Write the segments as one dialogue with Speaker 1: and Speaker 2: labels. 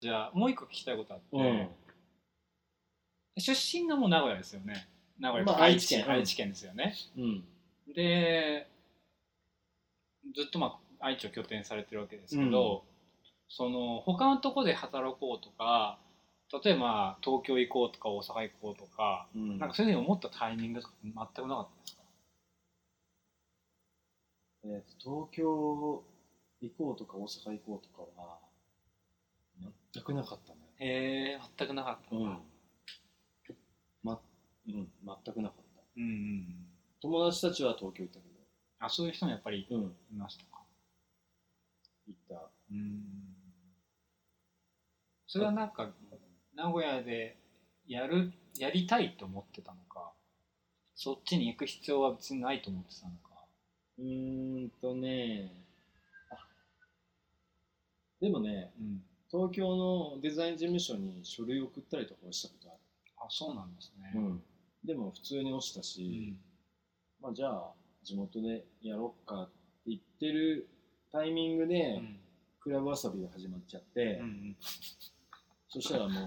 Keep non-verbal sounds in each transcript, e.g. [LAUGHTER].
Speaker 1: じゃあもう一個聞きたいことあって、
Speaker 2: うん
Speaker 1: 出身がもう名古屋ですよね名古屋、
Speaker 2: まあ愛知県
Speaker 1: 愛知県ですよね、
Speaker 2: うん
Speaker 1: でずっとまあ愛知を拠点にされてるわけですけど、その他のとこで働こうとか例えば東京行こうとか大阪行こうとか
Speaker 2: うん
Speaker 1: なんかそういうふうに思ったタイミングとか全くなかったですか
Speaker 2: えーと東京行こうとか大阪行こうとかは全くなかったね
Speaker 1: へえ全くなかったな
Speaker 2: うんまうん全くなかった
Speaker 1: うんうん
Speaker 2: 友達たちは東京行ったけ
Speaker 1: あそういう人もやっぱり
Speaker 2: どうん
Speaker 1: いましたか
Speaker 2: 行った
Speaker 1: うんそれはなんか名古屋でやるやりたいと思ってたのかそっちに行く必要は別にないと思ってたのか
Speaker 2: うーんとねあでもね
Speaker 1: うん
Speaker 2: 東京のデザイン事務所に書類送ったりとかはしたことあ
Speaker 1: あそうなんですね
Speaker 2: る、ん、でも普通に落ちた
Speaker 1: う
Speaker 2: し、
Speaker 1: ん
Speaker 2: まあじゃあ地元でやろうかって言ってるタイミングで、
Speaker 1: うん
Speaker 2: クラブわさびが始まっちゃって、
Speaker 1: うん
Speaker 2: そしたらも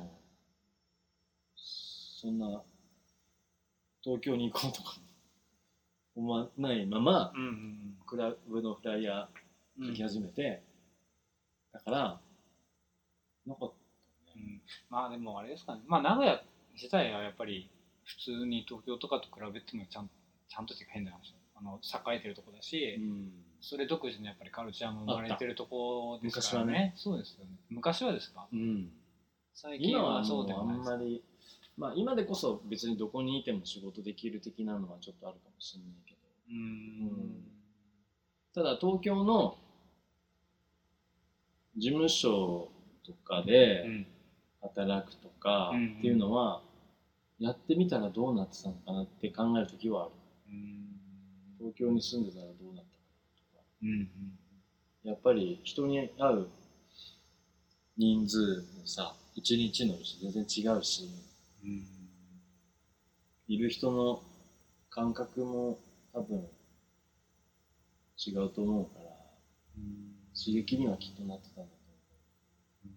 Speaker 2: う、そんな、東京に行こうとか、思わないまま、
Speaker 1: うんうん
Speaker 2: クラブのフライヤ
Speaker 1: う
Speaker 2: ー
Speaker 1: ん
Speaker 2: 書き始めて、だから、なんか、
Speaker 1: うんまあでもあれですかねまあ名古屋自体はやっぱり普通に東京とかと比べてもちゃんちゃんとっていうか変な話あの栄えてるとこだし、それ独自のやっぱりカルチャーも生まれてるとこですからね。そうですよね。昔はですか
Speaker 2: うん
Speaker 1: 最近
Speaker 2: 今は
Speaker 1: は
Speaker 2: も
Speaker 1: そう
Speaker 2: う
Speaker 1: で
Speaker 2: あ
Speaker 1: もない
Speaker 2: ん
Speaker 1: ですか
Speaker 2: まり、まあ今でこそ別にどこにいても仕事できる的なのはちょっとあるかもしれないけど、
Speaker 1: うーん。
Speaker 2: ただ東京の事務所とかで、
Speaker 1: うん。
Speaker 2: 働くとか
Speaker 1: うんうん
Speaker 2: っていうのは、やってみたらどうなってたのかなって考える時はある
Speaker 1: うん。
Speaker 2: 東京に住んでたらどうなったか
Speaker 1: うん。
Speaker 2: やっぱり人に会う人数もさ一日のうち全然違うし
Speaker 1: うん。
Speaker 2: いる人の感覚も多分違うと思うから刺激にはきっとなってたんだと思う、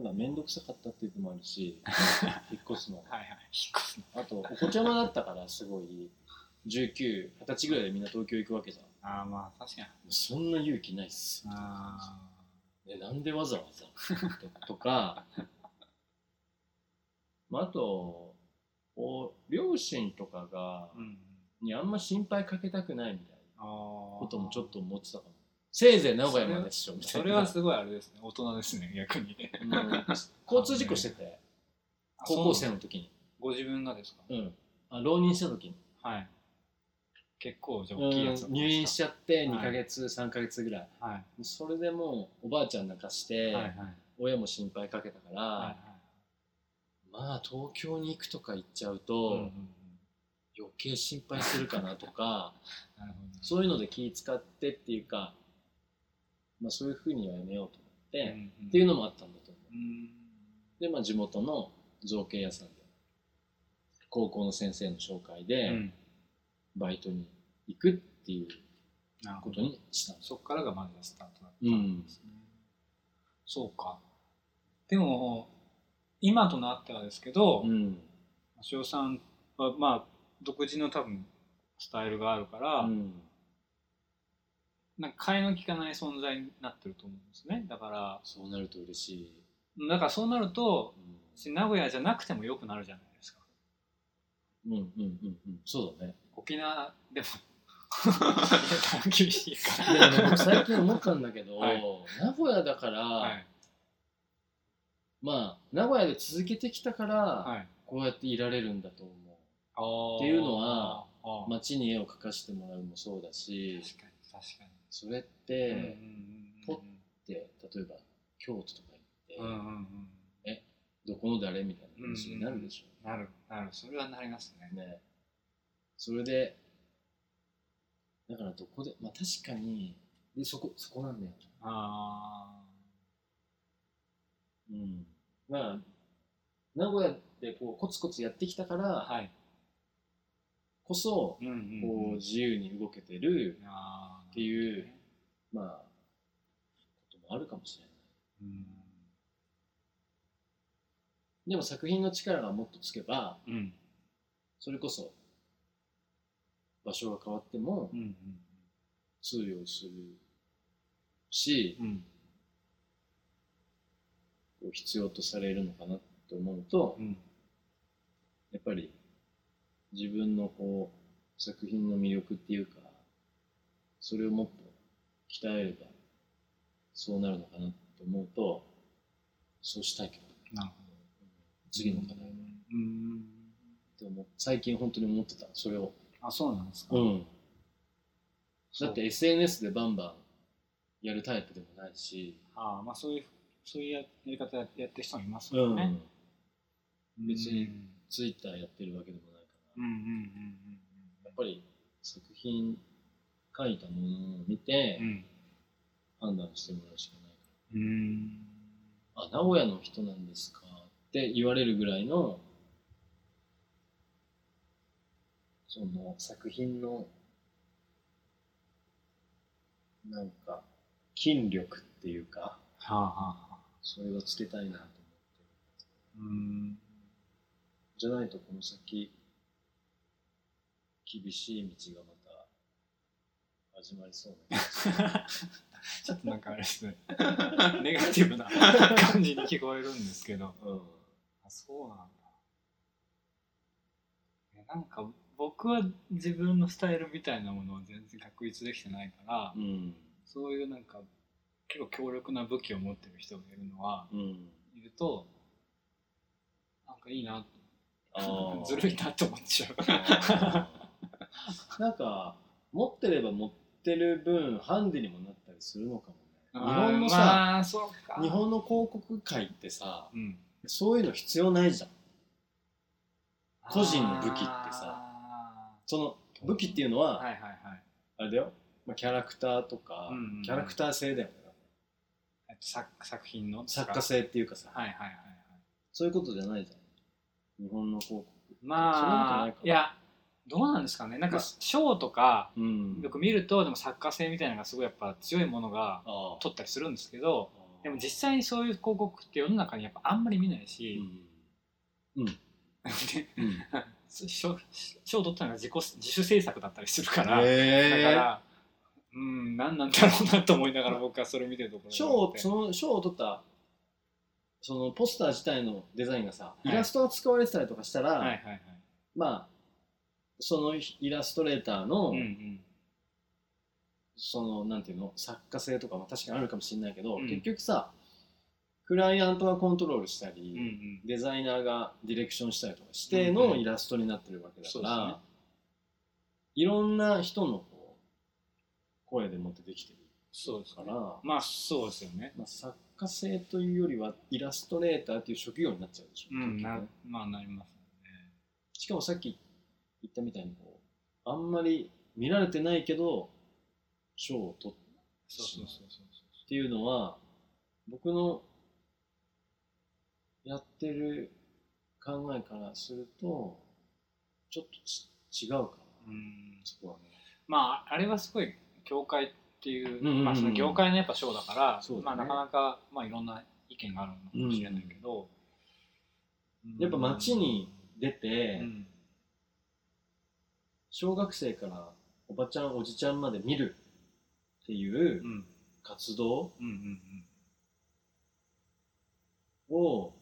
Speaker 2: うん、ただ面倒くさかったっていうのもあるし [LAUGHS] 引っ越すのが
Speaker 1: はいはい。引っ越すの。
Speaker 2: あと、お子ちゃまだったから、すごい、19、20歳ぐらいでみんな東京行くわけじゃん。
Speaker 1: ああまあ確かに。
Speaker 2: そんな勇気ないっす。
Speaker 1: ああ。
Speaker 2: ね、なんでわざわざととか、まあ、あと、お両親とかが、
Speaker 1: うん。
Speaker 2: にあんま心配かけたくないみたい
Speaker 1: ああ。
Speaker 2: な
Speaker 1: こ
Speaker 2: こともちょっと思ってたかも。せいぜい名古屋までっしょ、みたいな。
Speaker 1: それはすごいあれですね。大人ですね、逆に。
Speaker 2: うん交通事故してて、高校生
Speaker 1: の。
Speaker 2: の時に。
Speaker 1: ご自分がですか
Speaker 2: うん。あ浪人した時に。
Speaker 1: はい。結構じゃあ
Speaker 2: う
Speaker 1: 大きいやつだ
Speaker 2: ん入院しちゃって、
Speaker 1: はい
Speaker 2: 2ヶ月、3ヶ月ぐらい。
Speaker 1: は
Speaker 2: それでもうおばあちゃん泣かし
Speaker 1: い。
Speaker 2: て、
Speaker 1: はいはい。
Speaker 2: 親も心配かけたから、
Speaker 1: はい
Speaker 2: まあ東京に行くとか行っちゃうと、
Speaker 1: はい。うんうんうん
Speaker 2: 余計心配するかなとか [LAUGHS]
Speaker 1: なるほどね。
Speaker 2: そういうので気使ってっていうか、まあ、そういうふうにはやめようと思って、
Speaker 1: っ
Speaker 2: っていう
Speaker 1: の
Speaker 2: のもあったんだと思うで、まあ、地元の造形屋さんで高校の先生の紹介でバイトに行くっていう
Speaker 1: なるほ
Speaker 2: こ
Speaker 1: ど
Speaker 2: とにしたんです
Speaker 1: そこからがまずスタートだった
Speaker 2: うんん
Speaker 1: ですね、そうかでも今となってはですけど
Speaker 2: うん
Speaker 1: 塩、尾さんはまあ独自の多分スタイルがあるから、
Speaker 2: うん
Speaker 1: なんか替えの利かない存在になってると思うんですねだか
Speaker 2: そうなると嬉しい、
Speaker 1: らだからそうなると
Speaker 2: うん
Speaker 1: 名古屋じゃなくても良くなるじゃないですか
Speaker 2: うんうんうんうんそうだね
Speaker 1: 沖縄でも厳しいか
Speaker 2: でもね僕最近思ったんだけど、
Speaker 1: はい
Speaker 2: 名古屋だから、
Speaker 1: らはい
Speaker 2: まあ名古屋で続けてきたから、
Speaker 1: はい
Speaker 2: こうやっていられるんだと思う
Speaker 1: って
Speaker 2: いうのは
Speaker 1: あー
Speaker 2: 街に絵を描かしてもらうもそうだし
Speaker 1: 確かに確かに
Speaker 2: それっ
Speaker 1: うん
Speaker 2: て、
Speaker 1: うん
Speaker 2: で例えば京都とか行って、
Speaker 1: うんうんうんうんうん
Speaker 2: どこの誰みたいな話になるでしょ、
Speaker 1: なるなるそれはなりますね
Speaker 2: ねそれでだからどこでまあ確かにでそこそこなんだよ
Speaker 1: あ
Speaker 2: うんまあ名古屋でこうコツコツやってきたから、
Speaker 1: あはい
Speaker 2: こそ
Speaker 1: うんうん
Speaker 2: こう自由に動けてる、
Speaker 1: あー
Speaker 2: っていう
Speaker 1: なる
Speaker 2: まあこともあるかもしれない
Speaker 1: ほうん
Speaker 2: でも作品の力がもっとつけば、
Speaker 1: うん
Speaker 2: それこそ、場所が変わっても
Speaker 1: うん
Speaker 2: 通用するし、
Speaker 1: うん
Speaker 2: こう必要とされるのかなって思うと、
Speaker 1: うん
Speaker 2: やっぱり自分のこう作品の魅力っていうかそれをもっと鍛えればそうなるのかなって思うとそうしたいけど
Speaker 1: なるほ
Speaker 2: 次の課題はっ
Speaker 1: どうん
Speaker 2: て思う最近本当に思ってたそれを、
Speaker 1: あそうなんですか、
Speaker 2: ん、
Speaker 1: そ
Speaker 2: だ
Speaker 1: う
Speaker 2: って SNS でバンバンやるタイプでもないし、
Speaker 1: ああまあそういうそういうやり方やってる人もいます
Speaker 2: う
Speaker 1: よ
Speaker 2: ん
Speaker 1: ね、
Speaker 2: 別に
Speaker 1: うん
Speaker 2: ツイッターやってるわけでもないから、
Speaker 1: うんうん
Speaker 2: やっぱり作品書いたものを見て
Speaker 1: うんうんうん
Speaker 2: 判断してもらうしかないから。
Speaker 1: うん
Speaker 2: あ、名古屋の人なんですかって言われるぐらいの、その作品の、なんか、筋力っていうか、
Speaker 1: はあはあはあ
Speaker 2: それはつけたいなと思ってる。
Speaker 1: うん
Speaker 2: じゃないとこの先、厳しい道がまた始まりそうな気がする。
Speaker 1: ちょっとなんかあれです [LAUGHS] ねネガティブな感じに聞こえるんですけど
Speaker 2: うん。
Speaker 1: あそうなんだえなんか僕は自分のスタイルみたいなものを全然確立できてないから、
Speaker 2: うん。
Speaker 1: そういうなんか結構強力な武器を持ってる人がいるのは
Speaker 2: [LAUGHS] うん。
Speaker 1: いるとなんかいいな
Speaker 2: ああ。
Speaker 1: ずるいなと思っちゃう
Speaker 2: [LAUGHS] なんか持ってれば持ってる分ハンデにもなったりするのかもね日
Speaker 1: あー
Speaker 2: 本のさ、
Speaker 1: まあそうか
Speaker 2: 日本の広告界ってさ
Speaker 1: うん
Speaker 2: そういうの必要ないじゃん個人の武器ってさ
Speaker 1: あ
Speaker 2: その武器っていうのは、
Speaker 1: ーはいはいはい
Speaker 2: あれだよ、まあ、キャラクターとか、
Speaker 1: うんうんうん
Speaker 2: キャラクター性だよね
Speaker 1: えっと作作品の
Speaker 2: 作家性っていうかさ、
Speaker 1: はいはいはいはい
Speaker 2: そういうことじゃないじゃん日本の広告
Speaker 1: ま
Speaker 2: そんなことな
Speaker 1: あ
Speaker 2: い
Speaker 1: い
Speaker 2: か
Speaker 1: やどうなんですかねなんか賞とか
Speaker 2: うん
Speaker 1: よく見るとでも作家性みたいなのがすごいやっぱ強いものが
Speaker 2: あ
Speaker 1: 取ったりするんですけど
Speaker 2: ー
Speaker 1: でも実際にそういう広告って世の中にやっぱあんまり見ないし、
Speaker 2: うん、うん
Speaker 1: 賞賞を取ったのが自己自主制作だったりするから、
Speaker 2: へー
Speaker 1: だからうん何なんだろうなと思いながら僕はそれ見てるところ
Speaker 2: 賞を
Speaker 1: そ
Speaker 2: その賞を取ったそのポスター自体のデザインがさ、
Speaker 1: い
Speaker 2: イラストが使われてたりとかしたら、
Speaker 1: はいはいはい
Speaker 2: まあそのイラストレーターの、
Speaker 1: うんうん
Speaker 2: そのなんていうの作家性とかも確かにあるかもしれないけど、
Speaker 1: うん
Speaker 2: 結局さクライアントがコントロールした
Speaker 1: う
Speaker 2: り、
Speaker 1: んうん
Speaker 2: デザイナーがディレクションしたりとかして
Speaker 1: うん
Speaker 2: の
Speaker 1: うん
Speaker 2: イラストになってるわけだか
Speaker 1: そうで
Speaker 2: ら、
Speaker 1: すね
Speaker 2: いろんな人のこう声でもってできてる
Speaker 1: そうです
Speaker 2: か、
Speaker 1: かららまあそうですよね
Speaker 2: まあ、作家性というよりはイラストレーターという職業になっちゃうでしょ、
Speaker 1: うん
Speaker 2: 結局
Speaker 1: な
Speaker 2: ね
Speaker 1: まあなります
Speaker 2: しかもさっき言ったみたいにこうあんまり見られてないけど賞を取っ
Speaker 1: そうそうそうそう
Speaker 2: ていうのは僕のやってる考えからするとちょっとち違うかな
Speaker 1: そううん
Speaker 2: そこはね
Speaker 1: まああれはすごい業界っていう,、
Speaker 2: うんうんうん
Speaker 1: まあ、その業界のやっぱ賞だから
Speaker 2: そうだ
Speaker 1: まあ、
Speaker 2: ね
Speaker 1: なかなか、まあ、いろんな意見があるのかもしれないけど、うん
Speaker 2: やっぱ街に出
Speaker 1: う
Speaker 2: て、
Speaker 1: ん
Speaker 2: 小学生からおばちゃんおじちゃんまで見るっていう
Speaker 1: うんうん
Speaker 2: 活動
Speaker 1: うんうん
Speaker 2: を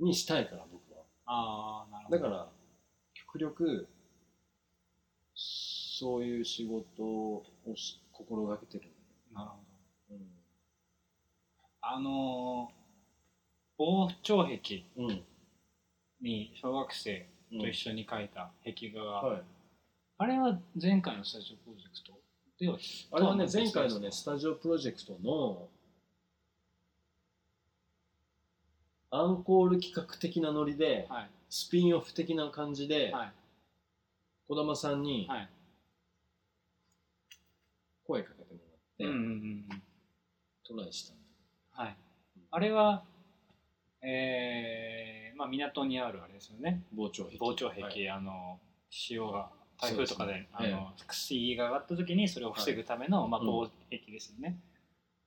Speaker 2: にしたいから僕は
Speaker 1: ああなるほど
Speaker 2: だから極力そういう仕事をし心がけてる、
Speaker 1: なるほど
Speaker 2: うん
Speaker 1: あのー防潮壁
Speaker 2: うん
Speaker 1: に小学生
Speaker 2: うん
Speaker 1: と一緒に描いた壁画が、
Speaker 2: はい、
Speaker 1: あれは前回のスタジオプロジェクトでは
Speaker 2: あれはね
Speaker 1: と
Speaker 2: 前回の
Speaker 1: 別
Speaker 2: ね
Speaker 1: です
Speaker 2: スタジオプロジェクトのアンコール企画的なノリで、
Speaker 1: は
Speaker 2: スピンオフ的な感じで
Speaker 1: いはい
Speaker 2: 児玉さんに
Speaker 1: はい
Speaker 2: 声かけても
Speaker 1: うん
Speaker 2: ら
Speaker 1: うん
Speaker 2: って
Speaker 1: うんうん
Speaker 2: トライしたんだ
Speaker 1: はい
Speaker 2: うん。
Speaker 1: あれは、えー、まあ港にあるあれですよね。
Speaker 2: 防潮壁
Speaker 1: 防潮壁、
Speaker 2: はい
Speaker 1: あの潮が台風とかで
Speaker 2: そうですね
Speaker 1: あの水位が上がった時にそれを防ぐための、まあ
Speaker 2: うん
Speaker 1: 防壁ですよね。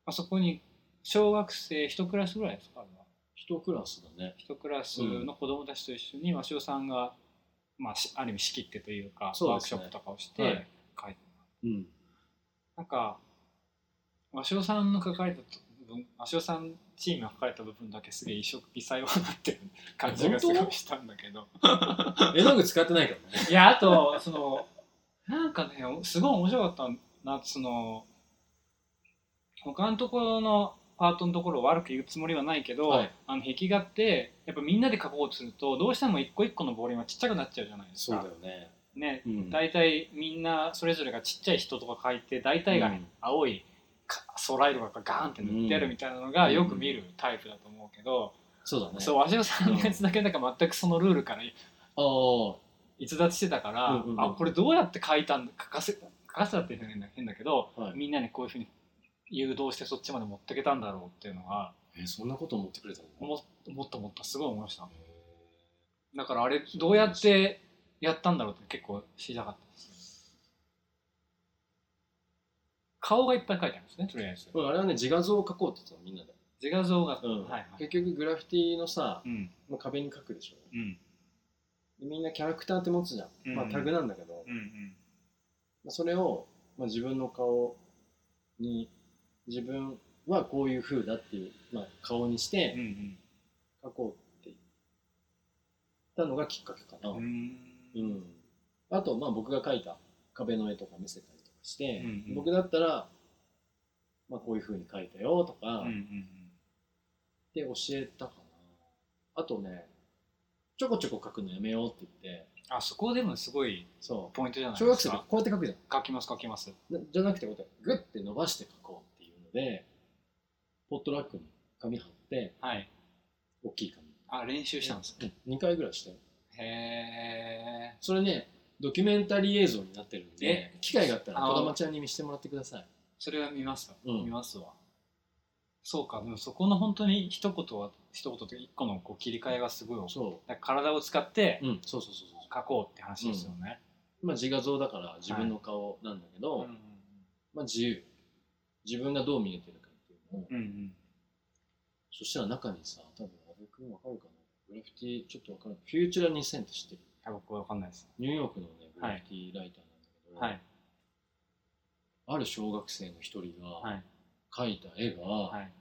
Speaker 1: まあそこに小学生一クラスぐらいですかあれは
Speaker 2: 一クラスだね。
Speaker 1: 一クラスの子供たちと一緒に鷲尾さんが、まあ、しある意味仕切ってというか
Speaker 2: そう
Speaker 1: ワー
Speaker 2: で
Speaker 1: ク
Speaker 2: す
Speaker 1: ショ
Speaker 2: ね
Speaker 1: ップとかをして
Speaker 2: は
Speaker 1: 書い
Speaker 2: い
Speaker 1: て、
Speaker 2: うん。
Speaker 1: なんか鷲尾さんの書かれたと文鷲尾さんチームが書かれた部分だけすげえ異色異彩を放ってる感じがすごい
Speaker 2: 本当
Speaker 1: したんだけど
Speaker 2: 絵の具使ってないから
Speaker 1: [LAUGHS]
Speaker 2: ね。
Speaker 1: いやあとそのなんかねすごい面白かったなその他のところのパートのところを悪く言うつもりはないけど、
Speaker 2: はい
Speaker 1: あの壁画ってやっぱみんなで描こうとするとどうしても一個一個のボーリングはちっちゃくなっちゃうじゃないです
Speaker 2: そう
Speaker 1: か
Speaker 2: だよね。
Speaker 1: ね
Speaker 2: うん
Speaker 1: 大体みんなそれぞれがちっちゃい人とか描いて大体が
Speaker 2: うん
Speaker 1: 青いか空色がガーンって塗ってあるみたいなのが
Speaker 2: うん
Speaker 1: よく見るタイプだと思うけど、
Speaker 2: そうだね。
Speaker 1: そう鷲尾さんのやつだけなんか全くそのルールから
Speaker 2: あ
Speaker 1: 逸脱してたから、
Speaker 2: うんうんうん
Speaker 1: あこれどうやって書いたんだ書かせ書かせたっていうのは変だ変だけど、
Speaker 2: あ、はい。
Speaker 1: みんなにこういうふうに誘導してそっちまで持ってけたんだろうっていうのが
Speaker 2: え、そんなこと思ってくれたの
Speaker 1: 思っ思った思ったすごい思いましただからあれどうやってやったんだろうって結構知りたかったです顔がいっぱい書いてあるんですねとりあえず
Speaker 2: うんあれはね、自画像を描こうって言ってたの、みんなで。
Speaker 1: 自画像が、
Speaker 2: うん
Speaker 1: はいはい
Speaker 2: 結局、グラフィティのさ、
Speaker 1: うん
Speaker 2: まあ壁に描くでしょ。
Speaker 1: うん
Speaker 2: でみんなキャラクターって持つじゃ。
Speaker 1: うんん
Speaker 2: まあ、タグなんだけど、
Speaker 1: うんうん
Speaker 2: まあそれを、まあ、自分の顔に、自分はこういう風だっていう、まあ、顔にし
Speaker 1: うんう
Speaker 2: て
Speaker 1: ん
Speaker 2: 描こうって言ったのがきっかけかな。
Speaker 1: うー
Speaker 2: うんん、あと、まあ、僕が描いた壁の絵とか見せたりとかして、
Speaker 1: うんうん
Speaker 2: 僕だったら、まあ、こういう風に描いたよと
Speaker 1: う
Speaker 2: か、
Speaker 1: んうんう
Speaker 2: で
Speaker 1: ん
Speaker 2: 教えたかなあとねちょこちょこ描くのやめようって言って
Speaker 1: あそこでもすごい
Speaker 2: そう
Speaker 1: ポイントじゃない
Speaker 2: 小
Speaker 1: で
Speaker 2: 学
Speaker 1: す
Speaker 2: 生で
Speaker 1: か
Speaker 2: こうやって描くじゃ
Speaker 1: 書きます書きます
Speaker 2: んなじゃなくてこうやってグッて伸ばして描こうっていうのでポットラックに紙貼って
Speaker 1: はい
Speaker 2: 大きい紙
Speaker 1: あ練習したんですね、
Speaker 2: 2回ぐらいして
Speaker 1: へえ
Speaker 2: それねドキュメンタリー映像になってるんで
Speaker 1: え
Speaker 2: 機会があったら
Speaker 1: あ
Speaker 2: 子供ちゃんに見せてもらってください
Speaker 1: それは見ますわ、
Speaker 2: うん
Speaker 1: 見ますわそうかでもそこの本当に一言は一言というか一個のこう切り替えがすごい大きい
Speaker 2: そう
Speaker 1: だから体を使って
Speaker 2: うん、そうそうそうそう
Speaker 1: 書こうって話ですよね、
Speaker 2: まあ、自画像だから自分の顔なんだけど、
Speaker 1: うんうん
Speaker 2: まあ、自由自分がどう見えてるかっていうのを、
Speaker 1: うんうん、
Speaker 2: そしたら中にさ多分阿部君わかるかなグラフィティちょっとわかるフューチュラ2000って知ってる
Speaker 1: いや僕は分かんないです
Speaker 2: ニューヨークのねグラフィティライターなんだけど、
Speaker 1: はい
Speaker 2: ある小学生の一人
Speaker 1: は
Speaker 2: が
Speaker 1: い
Speaker 2: 描いた絵が、
Speaker 1: はい
Speaker 2: [LAUGHS]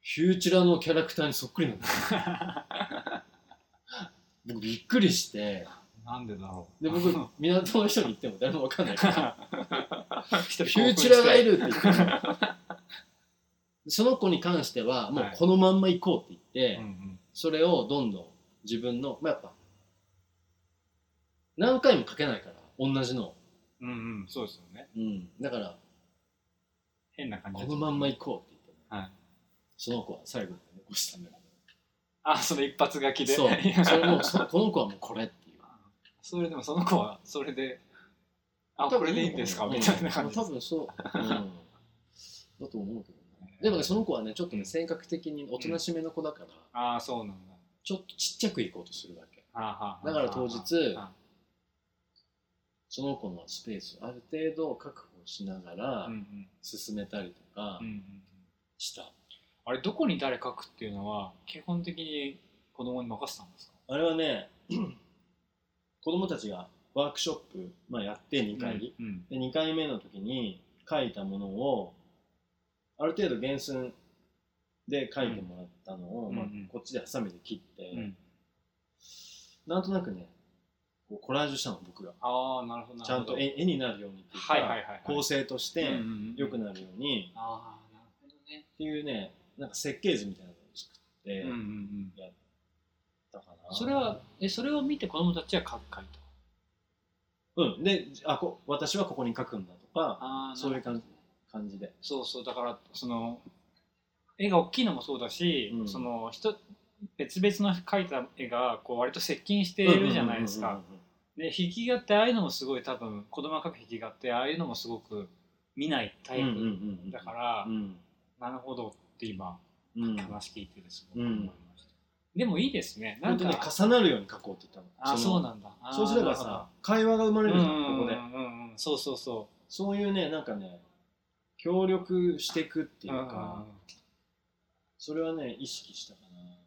Speaker 2: フューチュラのキャラクターにそっくりなんだよ僕びっくりして
Speaker 1: なんでだろう [LAUGHS]
Speaker 2: で僕港の人に言っても誰もわかんないから
Speaker 1: 一人興奮して
Speaker 2: フューチュラがいるって言っ
Speaker 1: [LAUGHS]
Speaker 2: てねその子に関してはもうこのまんま行こうって言って、
Speaker 1: うんうん
Speaker 2: それをどんどん自分のまあやっぱ何回も書けないから同じの、
Speaker 1: うんうんそうですよね
Speaker 2: うん、だから
Speaker 1: 変な感じ
Speaker 2: このまんま行こうって言ってね、
Speaker 1: はい
Speaker 2: その子は最後まで残したんだけ
Speaker 1: あその一発書き
Speaker 2: ど
Speaker 1: で
Speaker 2: そう
Speaker 1: いや
Speaker 2: それもうそこの子はもうこれっていう
Speaker 1: [LAUGHS] それでもその子はそれであこれでいいんですか
Speaker 2: 多分
Speaker 1: みたいな感じ
Speaker 2: う
Speaker 1: で
Speaker 2: ん
Speaker 1: す
Speaker 2: 多分そう、うん、だと思うけどね
Speaker 1: ね
Speaker 2: でもねその子はねちょっと
Speaker 1: う
Speaker 2: ね
Speaker 1: ん
Speaker 2: 性格的におとなしめの子だから、
Speaker 1: ああそうなんだ
Speaker 2: ちょっとちっちゃく行こうとするわけ
Speaker 1: はあはあ
Speaker 2: だから当日
Speaker 1: は
Speaker 2: その子のスペースをある程度確保しなが
Speaker 1: あ
Speaker 2: ら
Speaker 1: うんうん
Speaker 2: 進めたりとか
Speaker 1: うんうん
Speaker 2: した、
Speaker 1: あれどこに誰書くっていうのは基本的に子供に任せたんですか
Speaker 2: あれはね [CLEARS THROAT] 子供たちがワークショップ、まあ、やって2回、
Speaker 1: うんうん
Speaker 2: で2回目の時に書いたものをある程度原寸で書いてもらったのを、
Speaker 1: うん
Speaker 2: まあ
Speaker 1: うんうん、
Speaker 2: こっちでハサミで切って、
Speaker 1: うん
Speaker 2: なんとなくねこうコラージュしたの僕が
Speaker 1: ああなるほどなるほど
Speaker 2: ちゃんと絵絵になるようにっていうか、
Speaker 1: はいはいはいはい
Speaker 2: 構成として
Speaker 1: うんうんうん
Speaker 2: 良くなるように
Speaker 1: ああなるほどね
Speaker 2: っていうねなんか設計図みたいなのを作って
Speaker 1: うんうんうん
Speaker 2: たかな、
Speaker 1: それはえそれを見て子供たちは書く書いた
Speaker 2: うんであこ私はここに書くんだとか
Speaker 1: ああ
Speaker 2: そういう感
Speaker 1: なる
Speaker 2: じ
Speaker 1: ほどね
Speaker 2: 感じで
Speaker 1: そうそうだからその絵が大きいのもそうだし、
Speaker 2: うん
Speaker 1: その人別々の描いた絵がこう割と接近しているじゃないです
Speaker 2: うんうん
Speaker 1: か
Speaker 2: うんうんうん。
Speaker 1: で筆記画ってああいうのもすごい多分子供が描く筆記画ってああいうのもすごく見ないタイプ
Speaker 2: プ
Speaker 1: だから、
Speaker 2: うん
Speaker 1: なるほどって今
Speaker 2: うん、本
Speaker 1: 話聞いてですごく思いました、でもいいですねな
Speaker 2: 当
Speaker 1: ん
Speaker 2: に
Speaker 1: か
Speaker 2: ね重なるように書こうって言ったの
Speaker 1: あ
Speaker 2: の
Speaker 1: そうなんだあー
Speaker 2: そうすればさ会話が生ま
Speaker 1: な
Speaker 2: れ
Speaker 1: る
Speaker 2: る
Speaker 1: ほ
Speaker 2: じゃ
Speaker 1: ど
Speaker 2: ん
Speaker 1: うん
Speaker 2: ここ
Speaker 1: う
Speaker 2: で
Speaker 1: んうんうんそうそうそう
Speaker 2: そういうねなんかね協力していくってていうかそれはね、意識したか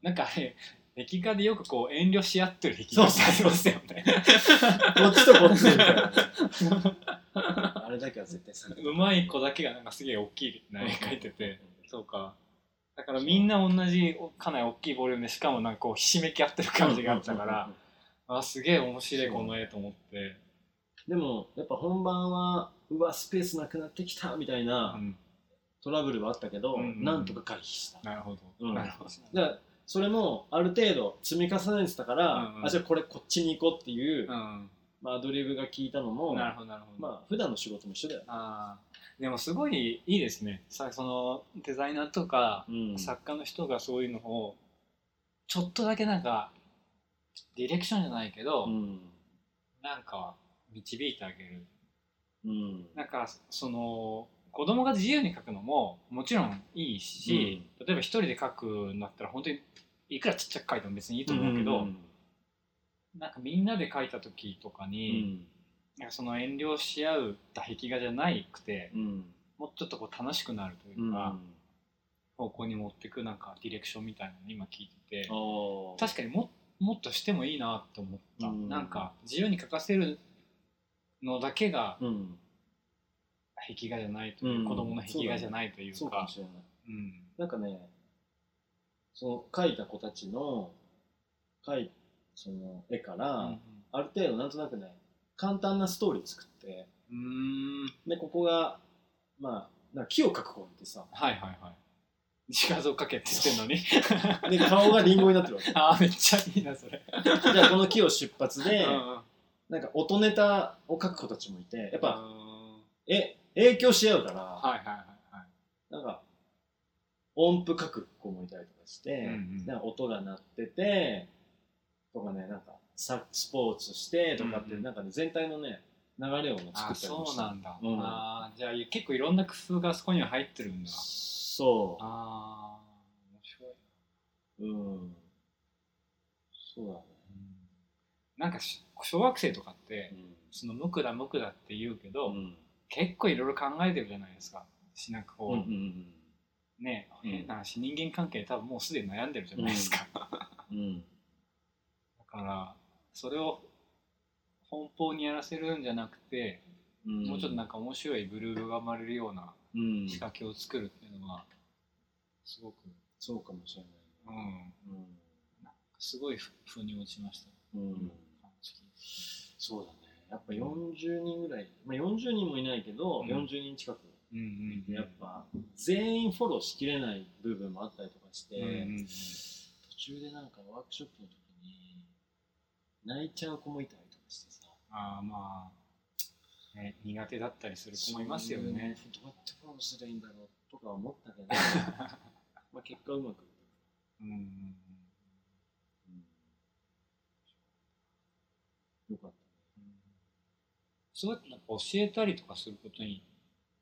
Speaker 1: なんかあれ歴画でよくこう遠慮し合ってる歴画ってありますよね
Speaker 2: な。こっちとこっちみたいな
Speaker 1: [LAUGHS]
Speaker 2: ね。あれだけは絶対避けた
Speaker 1: うまい子だけがなんかすげえ大きいな絵描いてて、そうかだからみんな同じかなり大きいボリュームでしかもなんかこうひしめき合ってる感じがあったから、あすげえ面白いこの絵と思って、
Speaker 2: でもやっぱ本番はうわスペースなくなってきたみたいうな、
Speaker 1: ん、
Speaker 2: トラブルはあったけど、
Speaker 1: うんうん
Speaker 2: なんとか回避しただか
Speaker 1: なるほど、
Speaker 2: うん
Speaker 1: なるほど
Speaker 2: らそれもある程度積み重ねてたから、
Speaker 1: うんうん
Speaker 2: あじゃあこれこっちに行こうっていう、
Speaker 1: うん
Speaker 2: まあ、アドリブが効いたのも
Speaker 1: なるほどなるほど、
Speaker 2: まあ普段の仕事も一緒だよね、
Speaker 1: あーでもすごいいいですねさそのデザイナーとか
Speaker 2: うん
Speaker 1: 作家の人がそういうのをちょっとだけなんかディレクションじゃないけど、
Speaker 2: うん
Speaker 1: なんか導いてあげる
Speaker 2: うん
Speaker 1: なんかその子供が自由に描くのももちろんいいし、例えば一人で描くんだったら本当にいくらちっちゃく描いても別にいいと思うけど、
Speaker 2: ん
Speaker 1: なんかみんなで描いた時とか
Speaker 2: う
Speaker 1: に、
Speaker 2: ん
Speaker 1: なんかその遠慮し合うた壁画じゃないくて
Speaker 2: うん
Speaker 1: もうちょっとこう楽しくなるといううんか、
Speaker 2: あ
Speaker 1: 方向に持ってくなんかディレクションみたいなの今聞いてて
Speaker 2: ー
Speaker 1: 確かにももっとしてもいいなって思った、
Speaker 2: うん
Speaker 1: なんか自由に描かせるのだけが
Speaker 2: うん
Speaker 1: 壁画じゃないという、
Speaker 2: うん
Speaker 1: 子供の壁画じゃないという
Speaker 2: そうかも
Speaker 1: か
Speaker 2: しれない
Speaker 1: うん
Speaker 2: なんかね、その描いた子たちの描いその絵から、ある程度なんとなくね、簡単なストーリー作って、
Speaker 1: うんうんうーん
Speaker 2: で、ここが、まあ、なんか木を描く子ってさ、
Speaker 1: はいはいはい自画像描けって言ってんのに
Speaker 2: で、顔がリンゴになって
Speaker 1: [LAUGHS]
Speaker 2: るわけ。
Speaker 1: ああめっちゃいいなそれ、
Speaker 2: じゃあこの木を出発で、
Speaker 1: うんうん
Speaker 2: なんか音ネタを描く子たちもいて、やっぱ、
Speaker 1: うん
Speaker 2: え、影響し合うから、
Speaker 1: はいはいはいはい
Speaker 2: なんか、音符書く子もいたりとかして、
Speaker 1: うんうん
Speaker 2: なんか音が鳴ってて、とかね、なんかさスポーツしてとかって、
Speaker 1: うんうん
Speaker 2: なんかね、全体のね、流れをね、
Speaker 1: あー
Speaker 2: 作ったりも
Speaker 1: そう
Speaker 2: した。
Speaker 1: なんだ、
Speaker 2: うん
Speaker 1: あーじゃあ結構いろんな工夫がそこには入ってるんだ
Speaker 2: そ。
Speaker 1: ああ面白いう
Speaker 2: うん。そうだね。
Speaker 1: なんかし小学生とかって
Speaker 2: うん
Speaker 1: その無垢だ無垢だって言うけど、
Speaker 2: うん
Speaker 1: 結構いろいろ考えてるじゃないですかしなんかこ
Speaker 2: う
Speaker 1: う、
Speaker 2: ん
Speaker 1: ね
Speaker 2: うん
Speaker 1: 変な話人間関係多分もうすでに悩んでるじゃないですか、だ
Speaker 2: うん
Speaker 1: からそれを奔放にやらせるんじゃなくて、
Speaker 2: うん
Speaker 1: もうちょっとなんか面白いグルーヴが生まれるような
Speaker 2: うん
Speaker 1: 仕掛けを作るっていうのはすごく、
Speaker 2: そうかもしれ
Speaker 1: う
Speaker 2: ないね
Speaker 1: ん、すごいふ腑に落ちました、
Speaker 2: うんうん
Speaker 1: 感じ
Speaker 2: そうだねやっぱ40人ぐらい、まあ、40人もいないけど、
Speaker 1: うん
Speaker 2: 40人近く
Speaker 1: うんうんうん
Speaker 2: やっぱ全員フォローしきれない部分もあったりとかして、
Speaker 1: うんうんうん
Speaker 2: 途中でなんかワークショップの時に泣いちゃう子もいたりとかしてさ
Speaker 1: ああまあ、ね、苦手だったりする子もいますよ
Speaker 2: そういう
Speaker 1: ね。
Speaker 2: どうやってフォローすればいいんだろうとか思っ
Speaker 1: [LAUGHS]
Speaker 2: たけどまあ結果うまくいった
Speaker 1: うん
Speaker 2: よかっ
Speaker 1: そうやってなんか教えたりとかすることに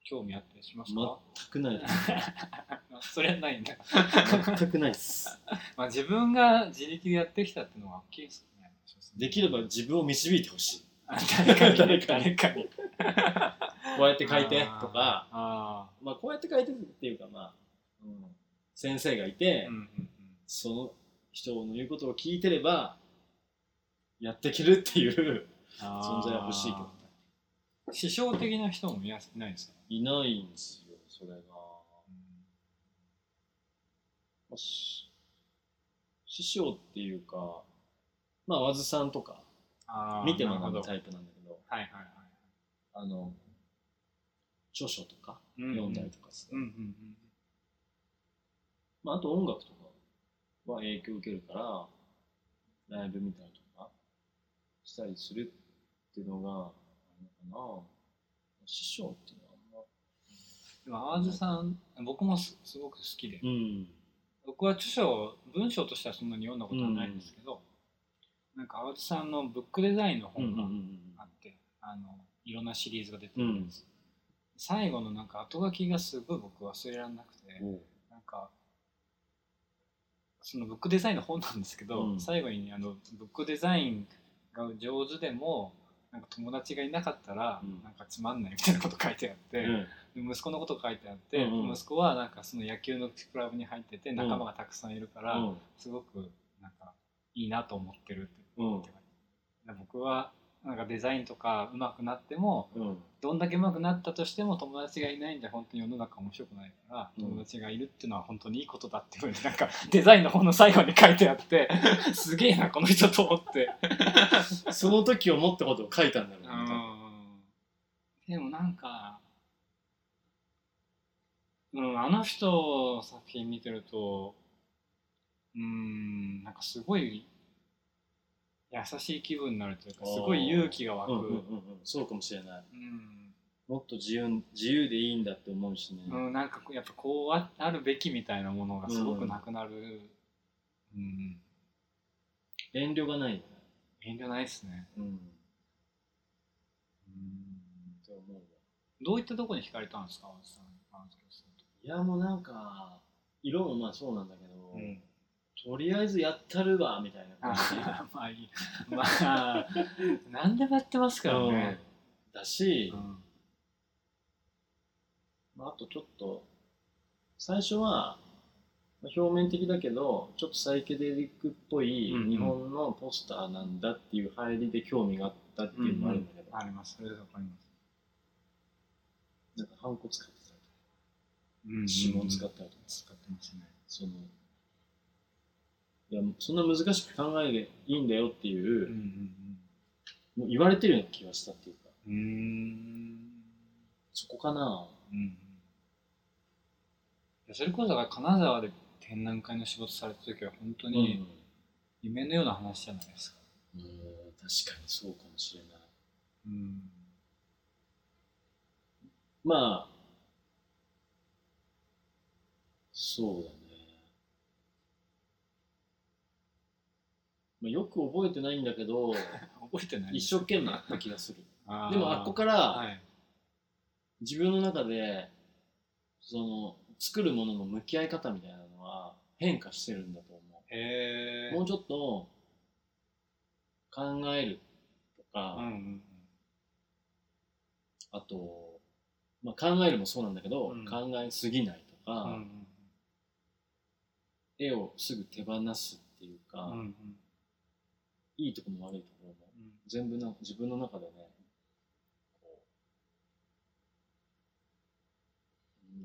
Speaker 1: 興味あったりしますか、
Speaker 2: た。全くないで
Speaker 1: [LAUGHS] それはないんだ。
Speaker 2: す。全くないです。
Speaker 1: まあ自分が自力でやってきたっていうのは大きいですね。
Speaker 2: [LAUGHS] できれば自分を導いてほしい。
Speaker 1: あ誰かに
Speaker 2: [LAUGHS] 誰か
Speaker 1: 誰
Speaker 2: に
Speaker 1: かに。
Speaker 2: こうやって書いてとか、
Speaker 1: あ
Speaker 2: まあこうやって書いてっていうかまあ、うん、先生がい
Speaker 1: ーあ
Speaker 2: て、
Speaker 1: ー、うんうん
Speaker 2: その人の言うことを聞いてれば、やってけるっていう
Speaker 1: うん、
Speaker 2: 存在は欲しいけどね
Speaker 1: あ。ー。師匠的な人もいやいないですか、
Speaker 2: いないんですよ、それが。まあし師匠っていうか、まあ、和津さんとか、
Speaker 1: あー
Speaker 2: 見て学
Speaker 1: なるほ
Speaker 2: ぶ
Speaker 1: ど
Speaker 2: タイプなんだけど、
Speaker 1: はいはいはい。
Speaker 2: あの、著書とか
Speaker 1: うう
Speaker 2: 読んだりとかして、
Speaker 1: うんうんうん。
Speaker 2: まあ、あと音楽とかは影響を受けるから、ライブ見たりとかしたりするっていうのが、あるのかな。師匠っていうのは
Speaker 1: でも淡路さん僕もすすごく好きで
Speaker 2: あんま、うん。
Speaker 1: 僕は著書を文章としてはそんなに読んだことはないんですけど、なんか淡路さんのブックデザインの
Speaker 2: う
Speaker 1: 本
Speaker 2: んうんう
Speaker 1: が
Speaker 2: ん
Speaker 1: あって、あのいろんなシリーズが出てるんです、最後のなんか後書きがすごい僕忘れられなくて、
Speaker 2: うん。おう
Speaker 1: なんかそのブックデザインの本なんですけど、
Speaker 2: うん
Speaker 1: 最後にあのブックデザインが上手でもなんか友達がいなかったら、
Speaker 2: うん
Speaker 1: なんかつまんないみたいなこと書いてあって、
Speaker 2: うん
Speaker 1: で息子のこと書いてあって、
Speaker 2: うんうん
Speaker 1: 息子はなんかその野球のクラブに入ってて仲間がたくさんいるから、すごくなんかいいなと思ってるって
Speaker 2: うん
Speaker 1: 言ってたで僕はなんかデザインとか上手くなっても
Speaker 2: うん
Speaker 1: どんだけ上手くなったとしても友達がいないんじゃ本当に世の中面白くないから、
Speaker 2: うん
Speaker 1: 友達がいるっていうのは本当にいいことだっていうふうになんかデザインの本の最後に書いてあって
Speaker 2: [LAUGHS]
Speaker 1: すげえなこの人と思って。
Speaker 2: その時思ったことを書いたんだろうね
Speaker 1: でもなんか、うん、あの人の作品見てるとうんなんかすごい優しい気分になるというかすごい勇気が湧く、
Speaker 2: 多分うんうんうんうんそうかもしれない
Speaker 1: うん
Speaker 2: もっと自由自由でいいんだって思うしね、
Speaker 1: うん、なんかやっぱこうああるべきみたいなものがすごくなくなる、うん、
Speaker 2: 遠慮がないよね
Speaker 1: 遠慮ないですね、
Speaker 2: うんっ
Speaker 1: うん、
Speaker 2: て思うわ
Speaker 1: どういったとこに惹かれたんですか青木さんあのそ
Speaker 2: いやもうなんか色もまあそうなんだけど、
Speaker 1: のうん
Speaker 2: とりあえずやったるわみたいな感じ
Speaker 1: あーまあいい。まあ、何でもやってますからね。
Speaker 2: うんだし、
Speaker 1: うん
Speaker 2: まあ、あとちょっと最初はまあ表面的だけどちょっとサイケデリックっぽい
Speaker 1: うんうん
Speaker 2: 日本のポスターなんだっていう入りで興味があったっていうのもあるんだけど、
Speaker 1: あります。それでわかります。
Speaker 2: なんかハンコ使ってたりとか
Speaker 1: うん
Speaker 2: 指紋使
Speaker 1: っ
Speaker 2: ってたりとか、
Speaker 1: 使ってますね。
Speaker 2: そのいやそんな難しく考えていいんだよっていうう,、
Speaker 1: ん
Speaker 2: もう言われてるような気がしたっていうか
Speaker 1: うんうん。うーん。
Speaker 2: そこかな
Speaker 1: うんいやそれこそだから金沢で展覧会の仕事された時は本当
Speaker 2: うん、
Speaker 1: に夢のような話じゃないですか。
Speaker 2: うん確かにそうかもしれない
Speaker 1: うん。
Speaker 2: まあ、そうだね。まあ、よく覚えてないんだ
Speaker 1: [LAUGHS]
Speaker 2: けど、
Speaker 1: 覚えてない
Speaker 2: 一生懸命やった気がする。
Speaker 1: 生。
Speaker 2: でもあっこから
Speaker 1: は
Speaker 2: ら
Speaker 1: い。
Speaker 2: 自分の中で、その、作るものの向き合い方みたいなのは変化してるんだと思
Speaker 1: へ
Speaker 2: う。
Speaker 1: ー
Speaker 2: もうちょっと考えるとか、
Speaker 1: うんうん
Speaker 2: あと、まあ、考えるもそうなんだけど、
Speaker 1: うん
Speaker 2: 考えすぎないとか、
Speaker 1: うん。うん
Speaker 2: 絵をすぐ手放すっていうか、
Speaker 1: うん。うんうん
Speaker 2: いいとこも悪いところも全部な自分の中でねこ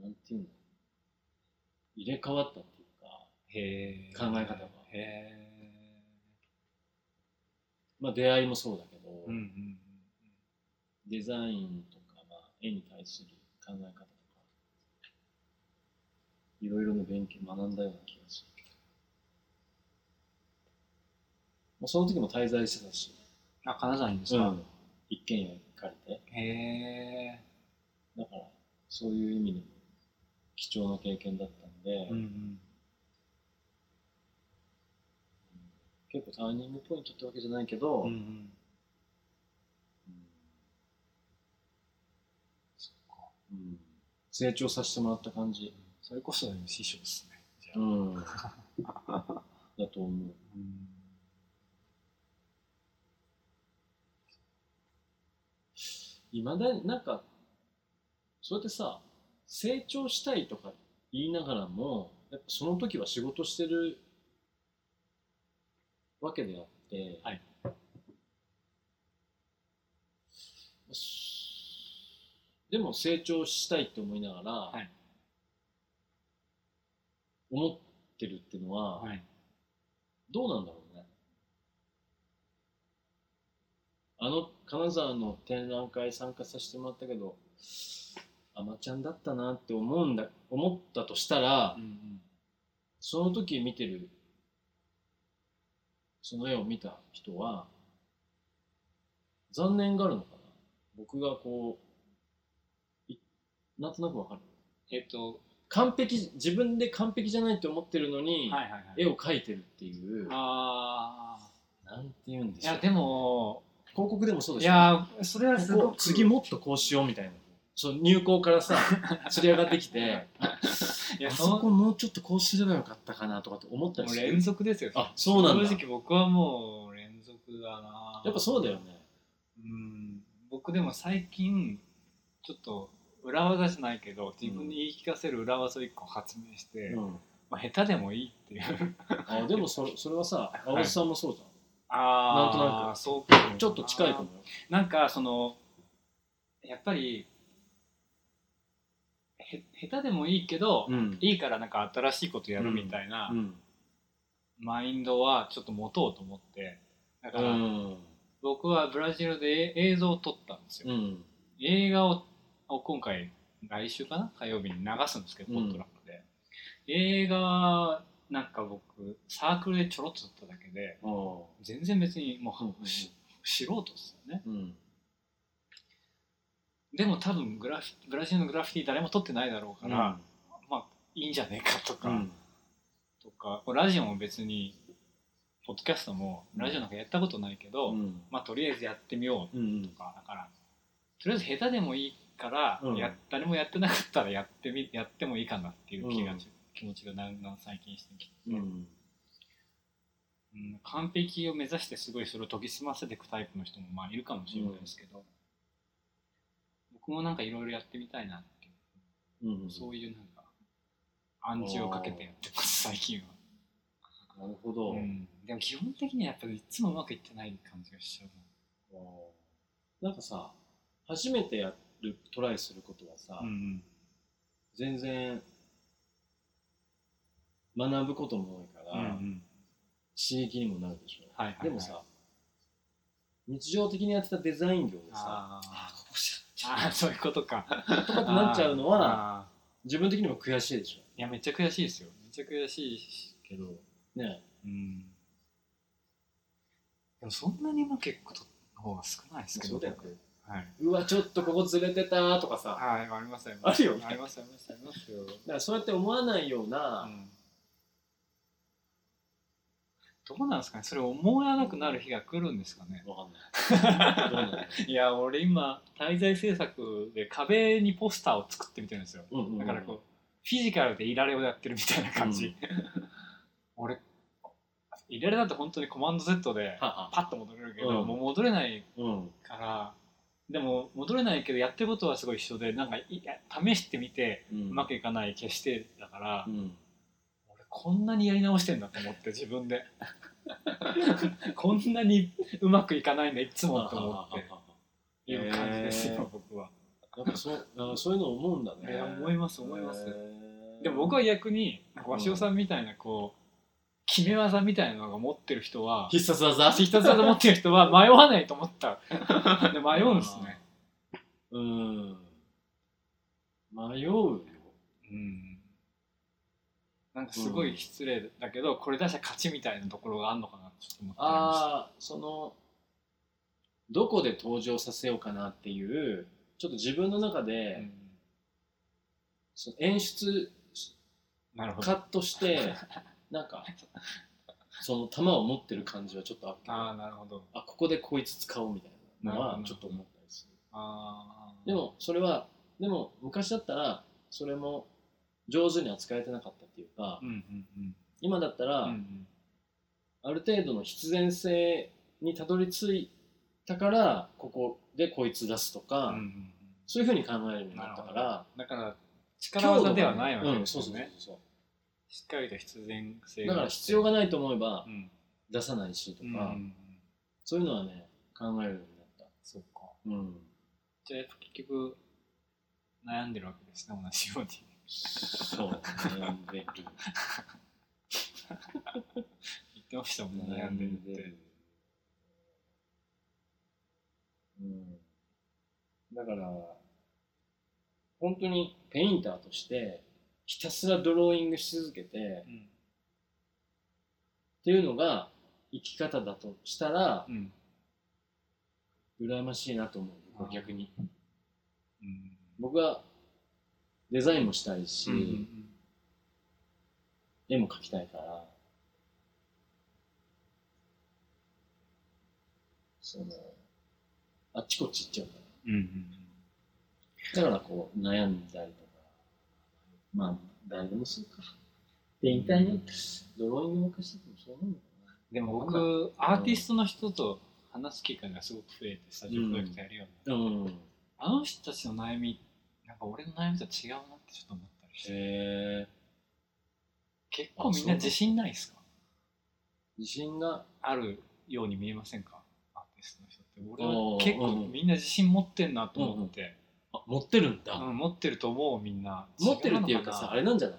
Speaker 2: うなんていうの入れ替わったっていうか、
Speaker 1: へー
Speaker 2: 考え方が
Speaker 1: へー
Speaker 2: まあ、出会いもそうだけど、
Speaker 1: うんうん
Speaker 2: デザインとか、まあ、絵に対する考え方とかいろいろな勉強学んだような気がするけど、まあ、その時も滞在してたし、
Speaker 1: うん、あ金沢にです
Speaker 2: う
Speaker 1: か、
Speaker 2: ん一軒家借りて
Speaker 1: へ
Speaker 2: だから、そういう意味でも貴重な経験だったんで
Speaker 1: え、、うん
Speaker 2: 結構ターニングポイントってわけじゃないけど、
Speaker 1: うんうん、
Speaker 2: うんそっかうん成長させてもらった感じ、
Speaker 1: それこそ師匠ですねじゃあ、
Speaker 2: うん、だと思う。
Speaker 1: うん
Speaker 2: いまだになんか、そうやってさ、成長したいとか言いながらも、やっぱその時は仕事してるわけであって、
Speaker 1: はい
Speaker 2: でも成長したいって思いながら、
Speaker 1: い
Speaker 2: 思ってるっていうのは、
Speaker 1: はい、
Speaker 2: どうなんだろうね。あの金沢の展覧会参加させてもらったけど、アマちゃんだったなって思うんだ思ったとしたら、
Speaker 1: うんうん、
Speaker 2: その時見てる、その絵を見た人は、残念があるのかな僕がこう、いなんとなくわかる。
Speaker 1: えっと
Speaker 2: 完璧、自分で完璧じゃないって思ってるのに、
Speaker 1: はいはいはい
Speaker 2: 絵を描いてるっていう、
Speaker 1: ああ
Speaker 2: なんて言うんで
Speaker 1: い
Speaker 2: しょう
Speaker 1: やでも
Speaker 2: 広告でもそうで
Speaker 1: い
Speaker 2: しょ
Speaker 1: やそれはす
Speaker 2: こ
Speaker 1: ご
Speaker 2: こ
Speaker 1: く
Speaker 2: 次もっとこうしようみたいなそう入校から [LAUGHS] さ釣り上がってきて
Speaker 1: い
Speaker 2: あ
Speaker 1: や
Speaker 2: そ
Speaker 1: そ
Speaker 2: こ
Speaker 1: の
Speaker 2: もうちょっとこうすればよかったかなとかって思ったり
Speaker 1: もう
Speaker 2: して
Speaker 1: 連続ですよ
Speaker 2: あそうなんだ
Speaker 1: 正直僕はもう連続だな
Speaker 2: やっぱそうだよね
Speaker 1: うん僕でも最近ちょっと裏技じゃないけど自分に言い聞かせる裏技を一個発明して、
Speaker 2: うん、
Speaker 1: まあ、下手でもいいっていう
Speaker 2: あでもそそれはさ青津さんもそうじゃん、
Speaker 1: あ
Speaker 2: ーなんとなく
Speaker 1: そうかもな
Speaker 2: ちょっと近いかもよ
Speaker 1: なんかそのやっぱりへ下手でもいいけど、
Speaker 2: うん
Speaker 1: いいからなんか新しいことやるみたいな
Speaker 2: うん
Speaker 1: マインドはちょっと持とうと思ってだから
Speaker 2: うん
Speaker 1: 僕はブラジルでえ映像を撮ったんですよ、
Speaker 2: うん
Speaker 1: 映画をを今回来週かな火曜日に流すんですけど
Speaker 2: う
Speaker 1: ポ
Speaker 2: ん
Speaker 1: ットラックで、映画なんか僕サークルでちょろっと撮っただけで
Speaker 2: あー
Speaker 1: 全然別にもう、
Speaker 2: うんうん
Speaker 1: し素人ですよね
Speaker 2: うん
Speaker 1: でも多分グラフィブラジルのグラフィティ誰も撮ってないだろうから、まあいいんじゃねえかとか、
Speaker 2: うん
Speaker 1: とかラジオも別にポッドキャストもラジオなんかやったことないけど、
Speaker 2: うん
Speaker 1: まあとりあえずやってみよう
Speaker 2: うんうん
Speaker 1: とかだからとりあえず下手でもいいから、
Speaker 2: うん
Speaker 1: や誰もやってなかったらやってみやってもいいかなっていう気が、
Speaker 2: うん
Speaker 1: 気持ちがだんだん最近してきて、
Speaker 2: う
Speaker 1: うん
Speaker 2: ん
Speaker 1: 完璧を目指してすごいそれを研ぎ澄ませていくタイプの人もまあいるかもしれないですけど、僕もなんかいろいろやってみたいなっていう
Speaker 2: うん
Speaker 1: そういうなんか暗示をかけてやってます最近は、
Speaker 2: なるほど、
Speaker 1: うんでも基本的にはやっぱりいつもうまくいってない感じがしちゃう
Speaker 2: あーなんかさ初めてやるトライすることはさ、
Speaker 1: なうん
Speaker 2: 全然学ぶこともないか
Speaker 1: うんう
Speaker 2: ら、
Speaker 1: ん
Speaker 2: 刺激にもなるでしょ、
Speaker 1: はいはいはい
Speaker 2: でもさ日常的にやってたデザイン業でさ
Speaker 1: あ
Speaker 2: あ
Speaker 1: ー
Speaker 2: ここじ
Speaker 1: あーそういうことか
Speaker 2: ゃとかってなっちゃうのは
Speaker 1: あー
Speaker 2: 自分的にも悔しいでし
Speaker 1: いや、めっちゃ悔しいですよ。めっちゃ悔しいしけど、
Speaker 2: ょね
Speaker 1: うん。でも、そんなにうまくいくことの方が少ないですけど、
Speaker 2: そうだよ
Speaker 1: 僕はい。
Speaker 2: うわちょっとここずれてたとかさだか
Speaker 1: はい、あります、あり
Speaker 2: ま
Speaker 1: ますす。
Speaker 2: あるよね
Speaker 1: あります、あります、ありますよ。
Speaker 2: らそうやって思わないよう
Speaker 1: う
Speaker 2: な、
Speaker 1: ん。どうなんですかねそれ思わなくなる日が来るんですかね
Speaker 2: わかんないどうなん
Speaker 1: [LAUGHS]
Speaker 2: だろ
Speaker 1: いや、俺今、滞在制作で壁にポスターを作ってみてるんですよ。
Speaker 2: ううんうん
Speaker 1: だからこう、フィジカルでいられをやってるみたいな感じ。
Speaker 2: うん
Speaker 1: [LAUGHS] 俺、いられだって本当にコマンド Z で
Speaker 2: はは
Speaker 1: パッと戻れるけど、
Speaker 2: うん
Speaker 1: もう戻れない
Speaker 2: うん
Speaker 1: から、でも戻れないけどやってることはすごい一緒で、なんかいいや試してみて
Speaker 2: う
Speaker 1: うんまくいかない、決してだから、
Speaker 2: うん
Speaker 1: 俺こんなにやり直してんだと思って自分 [LAUGHS] で。こんなにうまくいかないんだいつもと思って
Speaker 2: て
Speaker 1: いう感じですよ、
Speaker 2: へー
Speaker 1: 僕は。
Speaker 2: なんかそうあそういうの思うんだね
Speaker 1: いや思います思います
Speaker 2: へー
Speaker 1: でも僕は逆になんか鷲尾さんみたいなこう決め技みたいなのが持ってる人は
Speaker 2: 必殺技
Speaker 1: 必殺技持ってる人 [LAUGHS] は迷わないと思ったで迷うんですね
Speaker 2: うん迷うよ
Speaker 1: うんなんかすごい失礼だけどこれ出したら勝ちみたいなところがあるのかなってちょっと思ってま
Speaker 2: ああそのどこで登場させようかなっていうちょっと自分の中で
Speaker 1: す、うん
Speaker 2: その演出
Speaker 1: なるほ
Speaker 2: カ
Speaker 1: ど
Speaker 2: ットして [LAUGHS] なんかその球を持ってる感じはちょっとあるけど
Speaker 1: ああ
Speaker 2: あ
Speaker 1: なるほど
Speaker 2: ここでこいつ使おうみたい
Speaker 1: な
Speaker 2: なの
Speaker 1: るほ
Speaker 2: は
Speaker 1: ど
Speaker 2: ちょっと思ったりする
Speaker 1: ああ
Speaker 2: でもそれはでも昔だったらそれも上手に扱えてなかったっていうか、
Speaker 1: うんうんうん
Speaker 2: 今だったら、
Speaker 1: うんうん
Speaker 2: ある程度の必然性にたどり着いたからここでこいつ出すとか、
Speaker 1: うんうん
Speaker 2: そういうふうに考えるようになったから
Speaker 1: だから力技ではないわけ
Speaker 2: うん
Speaker 1: で
Speaker 2: そう
Speaker 1: す
Speaker 2: そ
Speaker 1: よ
Speaker 2: うそう
Speaker 1: ね
Speaker 2: そ
Speaker 1: しっかりと必然性
Speaker 2: うだから必要がないと思えば
Speaker 1: うん
Speaker 2: 出さないしと
Speaker 1: うんうんう
Speaker 2: か、
Speaker 1: ん
Speaker 2: そういうのはね考えるようになった
Speaker 1: そうか [LAUGHS]
Speaker 2: うん
Speaker 1: じゃあやっぱ結局悩んでるわけですね同じように
Speaker 2: そう悩んでる
Speaker 1: 言ってましたもんね悩んでるって
Speaker 2: うんだから本当にペインターとしてひたすらドローイングし続けて
Speaker 1: うん
Speaker 2: っていうのが生き方だとしたら
Speaker 1: うん、
Speaker 2: 羨ましいなと思う僕は逆に
Speaker 1: うん
Speaker 2: 僕はデザインもしたいし、
Speaker 1: うんうん
Speaker 2: 絵も描きたいからそのあっちこっち行っちゃうか
Speaker 1: うんうん
Speaker 2: らだからこう悩んだりとかまあ誰でもそうかで引退にドローイングも貸しててもしょうがないのかな
Speaker 1: でも僕アーティストの人と話す機会がすごく増えてスタジオプロジェクトやるようになって、
Speaker 2: うん。
Speaker 1: あの人たちの悩みなんか俺の悩みと違うなってちょっと思ったりして
Speaker 2: へえ。
Speaker 1: 結構みんな自信ないですか
Speaker 2: 自信が、
Speaker 1: あるように見えませんかアーティストの人って俺
Speaker 2: お
Speaker 1: は
Speaker 2: ー
Speaker 1: 結
Speaker 2: うんう
Speaker 1: 構
Speaker 2: ん
Speaker 1: みんな自信持ってんなと思って、
Speaker 2: あ、持ってるんだ。
Speaker 1: うん持ってると思うみんな
Speaker 2: 持ってるっていうかさ、あ
Speaker 1: 違
Speaker 2: れなんじゃない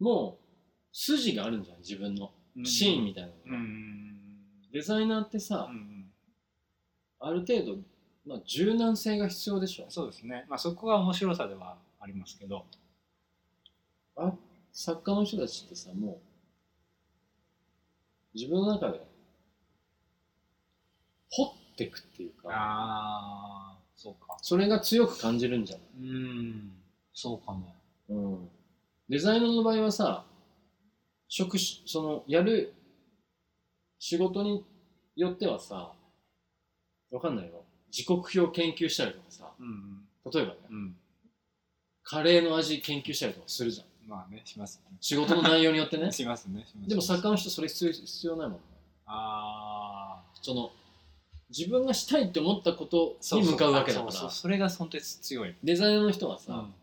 Speaker 2: もう、筋があるんじゃない自分
Speaker 1: う
Speaker 2: の。
Speaker 1: のかな
Speaker 2: シーンみたいなの
Speaker 1: うん
Speaker 2: が、
Speaker 1: うん
Speaker 2: デザイナーって
Speaker 1: うん、
Speaker 2: さ
Speaker 1: うん
Speaker 2: ある程度、まあ、柔軟性が必要でしょ
Speaker 1: そうですねまあそこが面白さではありますけど
Speaker 2: あ作家の人たちってさもう自分の中で掘ってくっていうか
Speaker 1: ああそうか
Speaker 2: それが強く感じるんじゃない
Speaker 1: うんそうかも
Speaker 2: うんデザイナーの場合はさ職種そのやる仕事によってはさわかんないよ時刻表研究したりとかさ
Speaker 1: うん
Speaker 2: 例えばね
Speaker 1: うんうん
Speaker 2: カレーの味研究したりとかするじゃん
Speaker 1: まあねしますね
Speaker 2: 仕事の内容によ
Speaker 1: [LAUGHS]
Speaker 2: ってね
Speaker 1: しますねします
Speaker 2: でも作家の人それ必要必要ないもん
Speaker 1: ああ
Speaker 2: その自分がしたいって思ったことに向かうわけだから
Speaker 1: そうそうそれが本当に強い
Speaker 2: デザイナーの人はさ、
Speaker 1: うん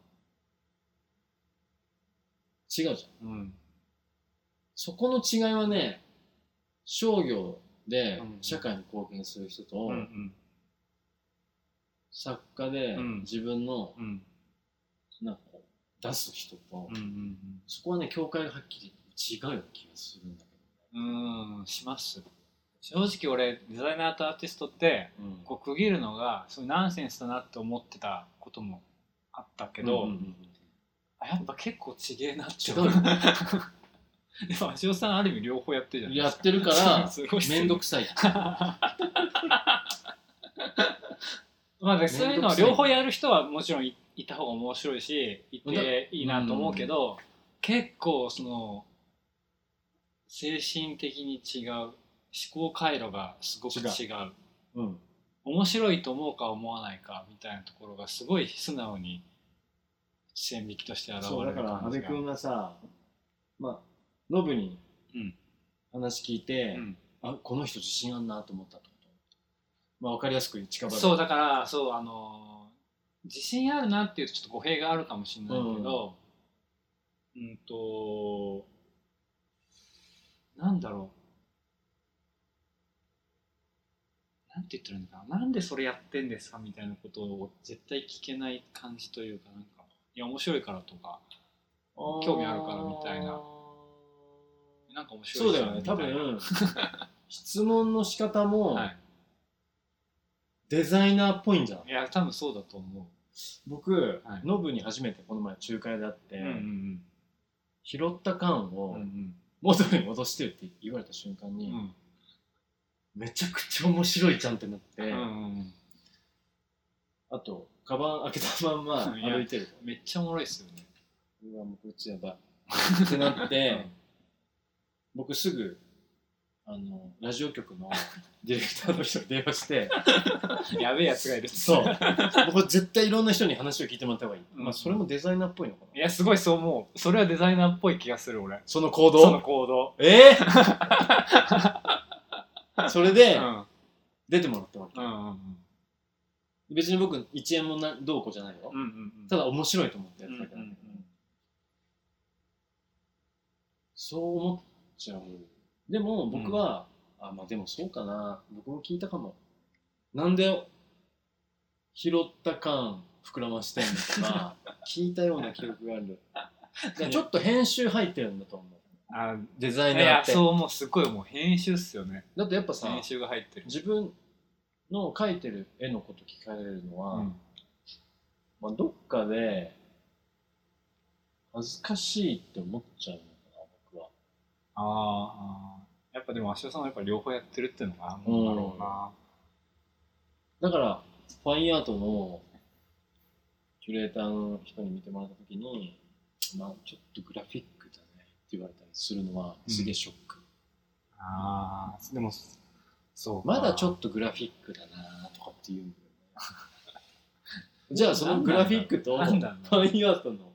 Speaker 2: 違うじゃん
Speaker 1: うん
Speaker 2: そこの違いはね商業で
Speaker 1: うん
Speaker 2: 社会に貢献する人と、
Speaker 1: うん
Speaker 2: 作家で
Speaker 1: うん
Speaker 2: 自分の
Speaker 1: うん
Speaker 2: なんかこう出す人と、
Speaker 1: うんうん
Speaker 2: そこはね境界がはっきり違うような気がするんだけ
Speaker 1: うんうんします正直俺デザイナーとアーティストって
Speaker 2: ど、うん
Speaker 1: こう区切るのがそういうナンセンスだなって思ってたこともあったけど、
Speaker 2: うんうんうん
Speaker 1: あやっぱ結構ちげえなって
Speaker 2: 違うよね
Speaker 1: [LAUGHS] でも足尾さんある意味両方やってるじゃない
Speaker 2: やってるか
Speaker 1: [LAUGHS]
Speaker 2: ら
Speaker 1: すごいっすね
Speaker 2: 面倒
Speaker 1: [LAUGHS]
Speaker 2: くさい
Speaker 1: まあねそういうのは両方やる人はもちろんいいた方が面白いしいていいなと思うけど、結構その精神的に違う思考回路がすごく違う
Speaker 2: うん
Speaker 1: 面白いと思うか思わないかみたいなところがすごい素直に線引きとして現れ
Speaker 2: そうだ
Speaker 1: る
Speaker 2: から
Speaker 1: 感
Speaker 2: 阿
Speaker 1: じ
Speaker 2: 部
Speaker 1: が
Speaker 2: 君がさまあノブに
Speaker 1: うん
Speaker 2: 話聞いて、
Speaker 1: うん
Speaker 2: あこの人自信あんなと思ったってことまあ分かりやすく近場で
Speaker 1: そうだからそうあの自信あるなっていうとちょっと語弊があるかもしれないけどうんとなんだろうなんて言ったらいいのかななんでそれやってんですかみたいなことを絶対聞けない感じというかなんかいや面白いからとか興味あるからみたいななんか面白
Speaker 2: そ
Speaker 1: いう
Speaker 2: だ
Speaker 1: です
Speaker 2: よね
Speaker 1: みた
Speaker 2: 多
Speaker 1: いな
Speaker 2: 分質問の仕方も
Speaker 1: はい
Speaker 2: デザイナーっぽいんじゃない
Speaker 1: いや多分そうだと思
Speaker 2: 僕、
Speaker 1: はい
Speaker 2: ノブに初めてこの前仲介で会って、
Speaker 1: う、うん
Speaker 2: 拾った缶
Speaker 1: うんう
Speaker 2: を
Speaker 1: ん
Speaker 2: 元に戻してって言われた瞬間
Speaker 1: う
Speaker 2: に、
Speaker 1: ん
Speaker 2: めちゃくちゃ面白いじゃんってなって、
Speaker 1: うんうん
Speaker 2: あとカバン開けたまんま
Speaker 1: いや
Speaker 2: 歩いてるから
Speaker 1: めっちゃおもろいっすよね
Speaker 2: うわもうこいつやばいってなって僕すぐあのラジオ局 [LAUGHS] のディレクターの人に電話して
Speaker 1: [LAUGHS] やべえやつがいるっつって
Speaker 2: そう僕絶対いろんな人に話を聞いてもらった方がいい、
Speaker 1: うん
Speaker 2: まあそれもデザイナーっぽいのか
Speaker 1: い
Speaker 2: な
Speaker 1: やすごいそう思うそれはデザイナーっぽい気がする俺
Speaker 2: その行
Speaker 1: その
Speaker 2: 動
Speaker 1: 行動
Speaker 2: ええ [LAUGHS] それ
Speaker 1: う
Speaker 2: で
Speaker 1: ん
Speaker 2: 出てもらったわけ、
Speaker 1: うんうん
Speaker 2: 別に僕1円もなどうこうじゃないよ、
Speaker 1: うんうんうん
Speaker 2: ただ面白いと思ってやってたから、
Speaker 1: うんうんうん
Speaker 2: そう思っちゃうでも僕は、あまあでもそうかな僕も聞いたかもなんで拾った感膨らましてんのと [LAUGHS] か聞いたような記憶があるだからちょっと編集入ってるんだと思う
Speaker 1: あ
Speaker 2: デザイ
Speaker 1: い
Speaker 2: ナー
Speaker 1: や
Speaker 2: って
Speaker 1: そう思うすごいもう編集っすよね
Speaker 2: だってやっぱさ
Speaker 1: 編集が入ってる
Speaker 2: 自分の描いてる絵のこと聞かれるのは、
Speaker 1: うん
Speaker 2: まあ、どっかで恥ずかしいって思っちゃうのかな僕は
Speaker 1: あーあーやっぱでも足尾さんはやっぱ両方やってるっていうのがあるんだろうな
Speaker 2: だから、ファインアートのキュレーターの人に見てもらったときに、まあ、ちょっとグラフィックだねって言われたりするのは、
Speaker 1: うん
Speaker 2: すげえショック。
Speaker 1: ああでもそう
Speaker 2: まだちょ
Speaker 1: っ
Speaker 2: っとグラフィックだなとかっ
Speaker 1: [LAUGHS]
Speaker 2: て言うんだよね。じゃあ、そのグラフィックとフ
Speaker 1: なんだ
Speaker 2: ァ
Speaker 1: ろう
Speaker 2: インアートの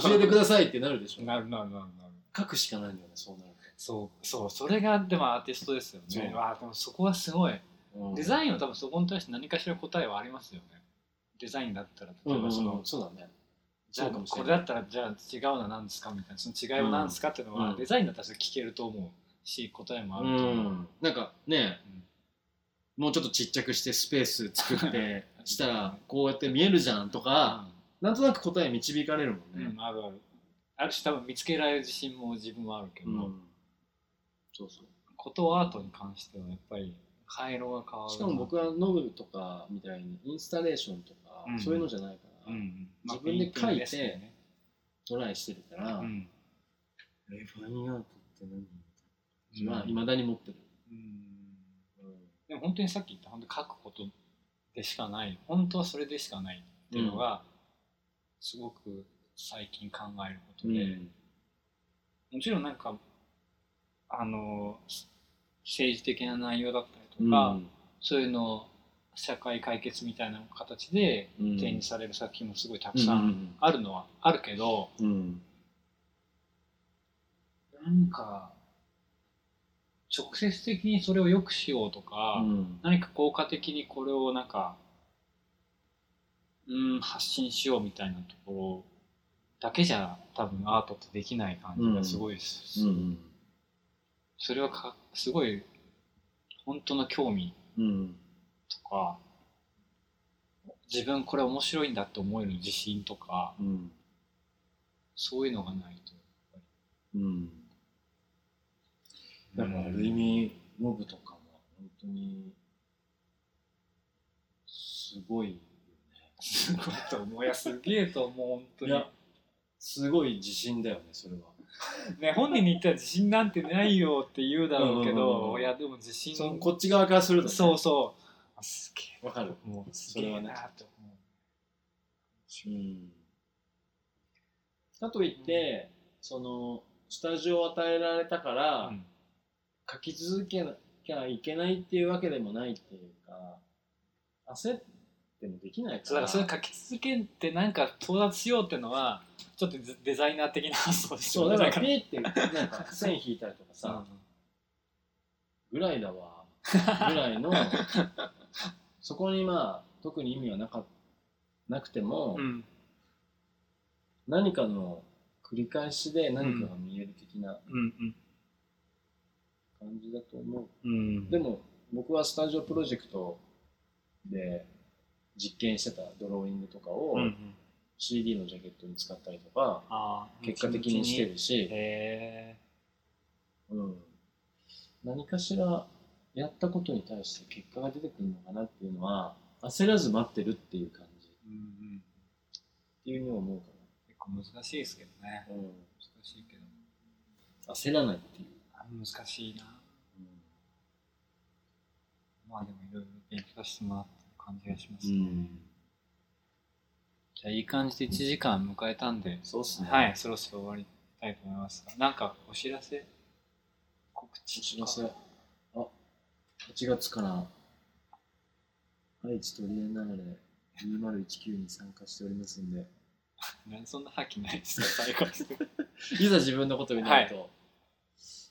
Speaker 2: 教えてくださいってなるでしょ。
Speaker 1: なるなるなるなる
Speaker 2: 書くしかないんだよね、そうなると。
Speaker 1: そうそうそれがでもアーティストですよ
Speaker 2: そう
Speaker 1: ねわあでもそこはすごい
Speaker 2: うん
Speaker 1: デザインは多分そこに対して何かしら答えはありますよねデザインだったら
Speaker 2: う
Speaker 1: 例え
Speaker 2: んうん
Speaker 1: ばその、
Speaker 2: うんそうだね
Speaker 1: じゃあ
Speaker 2: そうかもし
Speaker 1: こ
Speaker 2: れ
Speaker 1: れ
Speaker 2: ない
Speaker 1: だったらじゃあ違うのは何ですかみたいなその違いは何ですかっていうのは、
Speaker 2: うん
Speaker 1: デザインだったらそれ聞けると思うし答えもあ
Speaker 2: う
Speaker 1: ると思う、
Speaker 2: んなんかね
Speaker 1: うん
Speaker 2: もうちょっとちっちゃくしてスペース作ってしたらこうやって見えるじゃんとかなんとなく答え導かれるも
Speaker 1: うん
Speaker 2: ね
Speaker 1: んあるあるあるし多分見つけられる自信も自分はあるけど、
Speaker 2: そうそう
Speaker 1: ことアートに関してはやっぱり回路が変わるな
Speaker 2: しかも僕はノブとかみたいにインスタレーションとか
Speaker 1: うん
Speaker 2: そういうのじゃないか
Speaker 1: う
Speaker 2: ら
Speaker 1: ん
Speaker 2: 自分で書
Speaker 1: まあペイン
Speaker 2: いて
Speaker 1: ティングすよね
Speaker 2: トライしてるから
Speaker 1: う
Speaker 2: え
Speaker 1: ん
Speaker 2: ファインアートって何まあいまだに持ってる
Speaker 1: うんでも本当にさっき言った本当に書くことでしかない本当はそれでしかないっていうのがすごく最近考えることで、もちろんなんかあの政治的な内容だったりとか、そういうの社会解決みたいな形で
Speaker 2: うん
Speaker 1: 展示される作品もすごいた
Speaker 2: う
Speaker 1: く
Speaker 2: ん
Speaker 1: さんあるのはあるけど、
Speaker 2: うん
Speaker 1: なんか直接的にそれを良くしようとか、
Speaker 2: うん
Speaker 1: 何か効果的にこれをなんか、うん、発信しようみたいなところだけじゃ多分アートってできない感じがすごいです、
Speaker 2: うん
Speaker 1: それはかすごい本当の興味
Speaker 2: うん
Speaker 1: とか自分これ面白いんだって思える自信とか
Speaker 2: うん
Speaker 1: そういうのがないと
Speaker 2: うんだからある意味ノブとかも本当にすごい
Speaker 1: すごいと思ういやすげえと思う本当
Speaker 2: い
Speaker 1: に
Speaker 2: やすごい自信だよねそれは
Speaker 1: ね本人に言ったら自信なんてないよって言うだろうけ
Speaker 2: うんうんうんう
Speaker 1: ど
Speaker 2: ん
Speaker 1: いやでも自信
Speaker 2: そのこっち側からすると、ね、
Speaker 1: そうそうあすげえ
Speaker 2: わかる
Speaker 1: もうす
Speaker 2: そ
Speaker 1: げ
Speaker 2: れ
Speaker 1: え
Speaker 2: はね
Speaker 1: なと思
Speaker 2: うんかといって、そのスタジオを与えられたか
Speaker 1: う
Speaker 2: ら、
Speaker 1: うん
Speaker 2: 書き続けなきゃいけないっていうわけでもないっていうか焦ってもできない
Speaker 1: そ
Speaker 2: か
Speaker 1: うだかららそれ書き続けてなんか到達しようってのはちょっとデザイナー [LAUGHS] 的な発想です
Speaker 2: そ
Speaker 1: よ
Speaker 2: う
Speaker 1: ね
Speaker 2: だから
Speaker 1: だか
Speaker 2: ピ
Speaker 1: ら
Speaker 2: ーってなんか線引いたりとかさ、
Speaker 1: さ
Speaker 2: ぐらいだ
Speaker 1: [LAUGHS]
Speaker 2: わぐらいのそこにまあ特に意味はなかなくても、
Speaker 1: うん
Speaker 2: 何かの繰り返しで何かが見える的な
Speaker 1: うん
Speaker 2: 感じだと思
Speaker 1: う
Speaker 2: う、
Speaker 1: ん
Speaker 2: でも僕はスタジオプロジェクトで実験してたドローイングとかを
Speaker 1: うんうん
Speaker 2: CD のジャケットに使ったりとか
Speaker 1: あー
Speaker 2: 結果的にしてるし、
Speaker 1: へえ
Speaker 2: うん、何かしらやったことに対して結果が出てくるのかなっていうのは焦らず待ってるっていう感じ
Speaker 1: うんうん
Speaker 2: っていうふうに思うか
Speaker 1: 結構難しいですけどね
Speaker 2: ら、うん、
Speaker 1: 難しいけど
Speaker 2: 焦らないっていう、
Speaker 1: あ難しいなまあでもいろいろ勉強させてもらってる感じがしますね、じゃあいい感じで1時間迎えたんで
Speaker 2: そうっすね
Speaker 1: はい、そろそろ終わりたいと思いますが、なんかお知らせ、告知
Speaker 2: お知らせあ8月から愛知トリエンナーレ2019に参加しておりますんで
Speaker 1: なんそんな覇気ないですか、最後に
Speaker 2: いざ自分のことになると、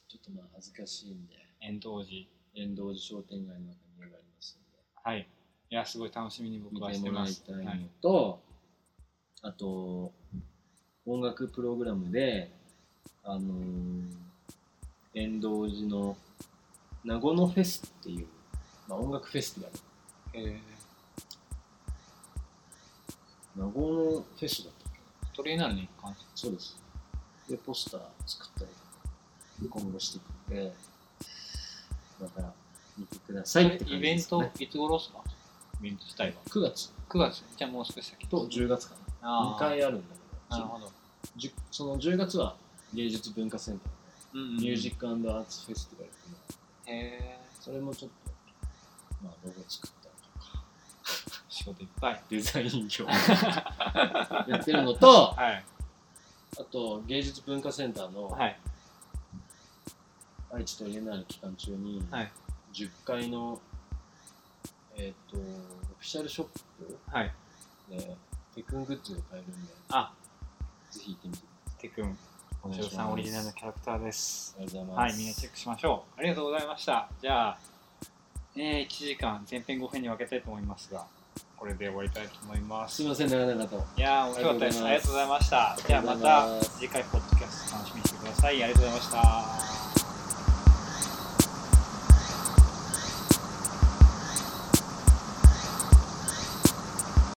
Speaker 2: ちょっとまあ恥ずかしいんで
Speaker 1: 遠藤寺。
Speaker 2: 遠藤寺商店街の中に家がありますんで
Speaker 1: はい。いや、すごい楽しみに僕
Speaker 2: 見
Speaker 1: はしてて
Speaker 2: もら
Speaker 1: ま
Speaker 2: い
Speaker 1: す。
Speaker 2: たい
Speaker 1: は
Speaker 2: の
Speaker 1: い。
Speaker 2: と、あと音楽プログラムであのー遠藤寺の名護のフェスっていう、まあ、音楽フェスティバル
Speaker 1: えー、
Speaker 2: 名護のフェスだったっけ
Speaker 1: トレーナーの一環。
Speaker 2: そうですでポスター作ったりとか今後していくんでだから見てくださいって
Speaker 1: イ
Speaker 2: 感じ
Speaker 1: ベ
Speaker 2: で
Speaker 1: ン
Speaker 2: す、ね、
Speaker 1: ト、いつ頃ですかイベント自体は。
Speaker 2: 9月
Speaker 1: 9月、じゃあもう少し先。
Speaker 2: と10月かな
Speaker 1: あ
Speaker 2: 2
Speaker 1: ー
Speaker 2: 回あるんだけ
Speaker 1: な
Speaker 2: ど
Speaker 1: るほど。
Speaker 2: じゅその10月は芸術文化センターで
Speaker 1: うんうん
Speaker 2: ミュージックアンドアーツフェスティバルっていうのは
Speaker 1: へえ
Speaker 2: それもちょっと、まあ、ロゴ作ったりとか、
Speaker 1: ー、仕事いっぱい。
Speaker 2: デザイン業 [LAUGHS] やってるのと、あ
Speaker 1: はい。
Speaker 2: と、芸術文化センターの
Speaker 1: はい。
Speaker 2: 愛知とリエナーレ期間中に、
Speaker 1: はい。
Speaker 2: 10階の、えっ、と、オフィシャルショップ
Speaker 1: はい。
Speaker 2: で、テクングッズが買えるんで、
Speaker 1: あ、
Speaker 2: ぜひ行ってみてくださ
Speaker 1: てくん。
Speaker 2: お願い
Speaker 1: 翔
Speaker 2: し
Speaker 1: さ
Speaker 2: ます
Speaker 1: んオリジナルのキャラクターです。
Speaker 2: ありがとうございま
Speaker 1: は
Speaker 2: す
Speaker 1: い、みんなチェックしましょう。ありがとうございました。じゃあ、えー1時間前編後編に分けたいと思いますが、これで終わりたいと思います。
Speaker 2: すいません長々と
Speaker 1: いやー、面白かったです。あ
Speaker 2: あ
Speaker 1: りがとうご
Speaker 2: りがとうご
Speaker 1: ざ
Speaker 2: ざ
Speaker 1: い
Speaker 2: い
Speaker 1: ました。じゃあまた次回、ポッドキャスト楽しみにしてください。ありがとうございました。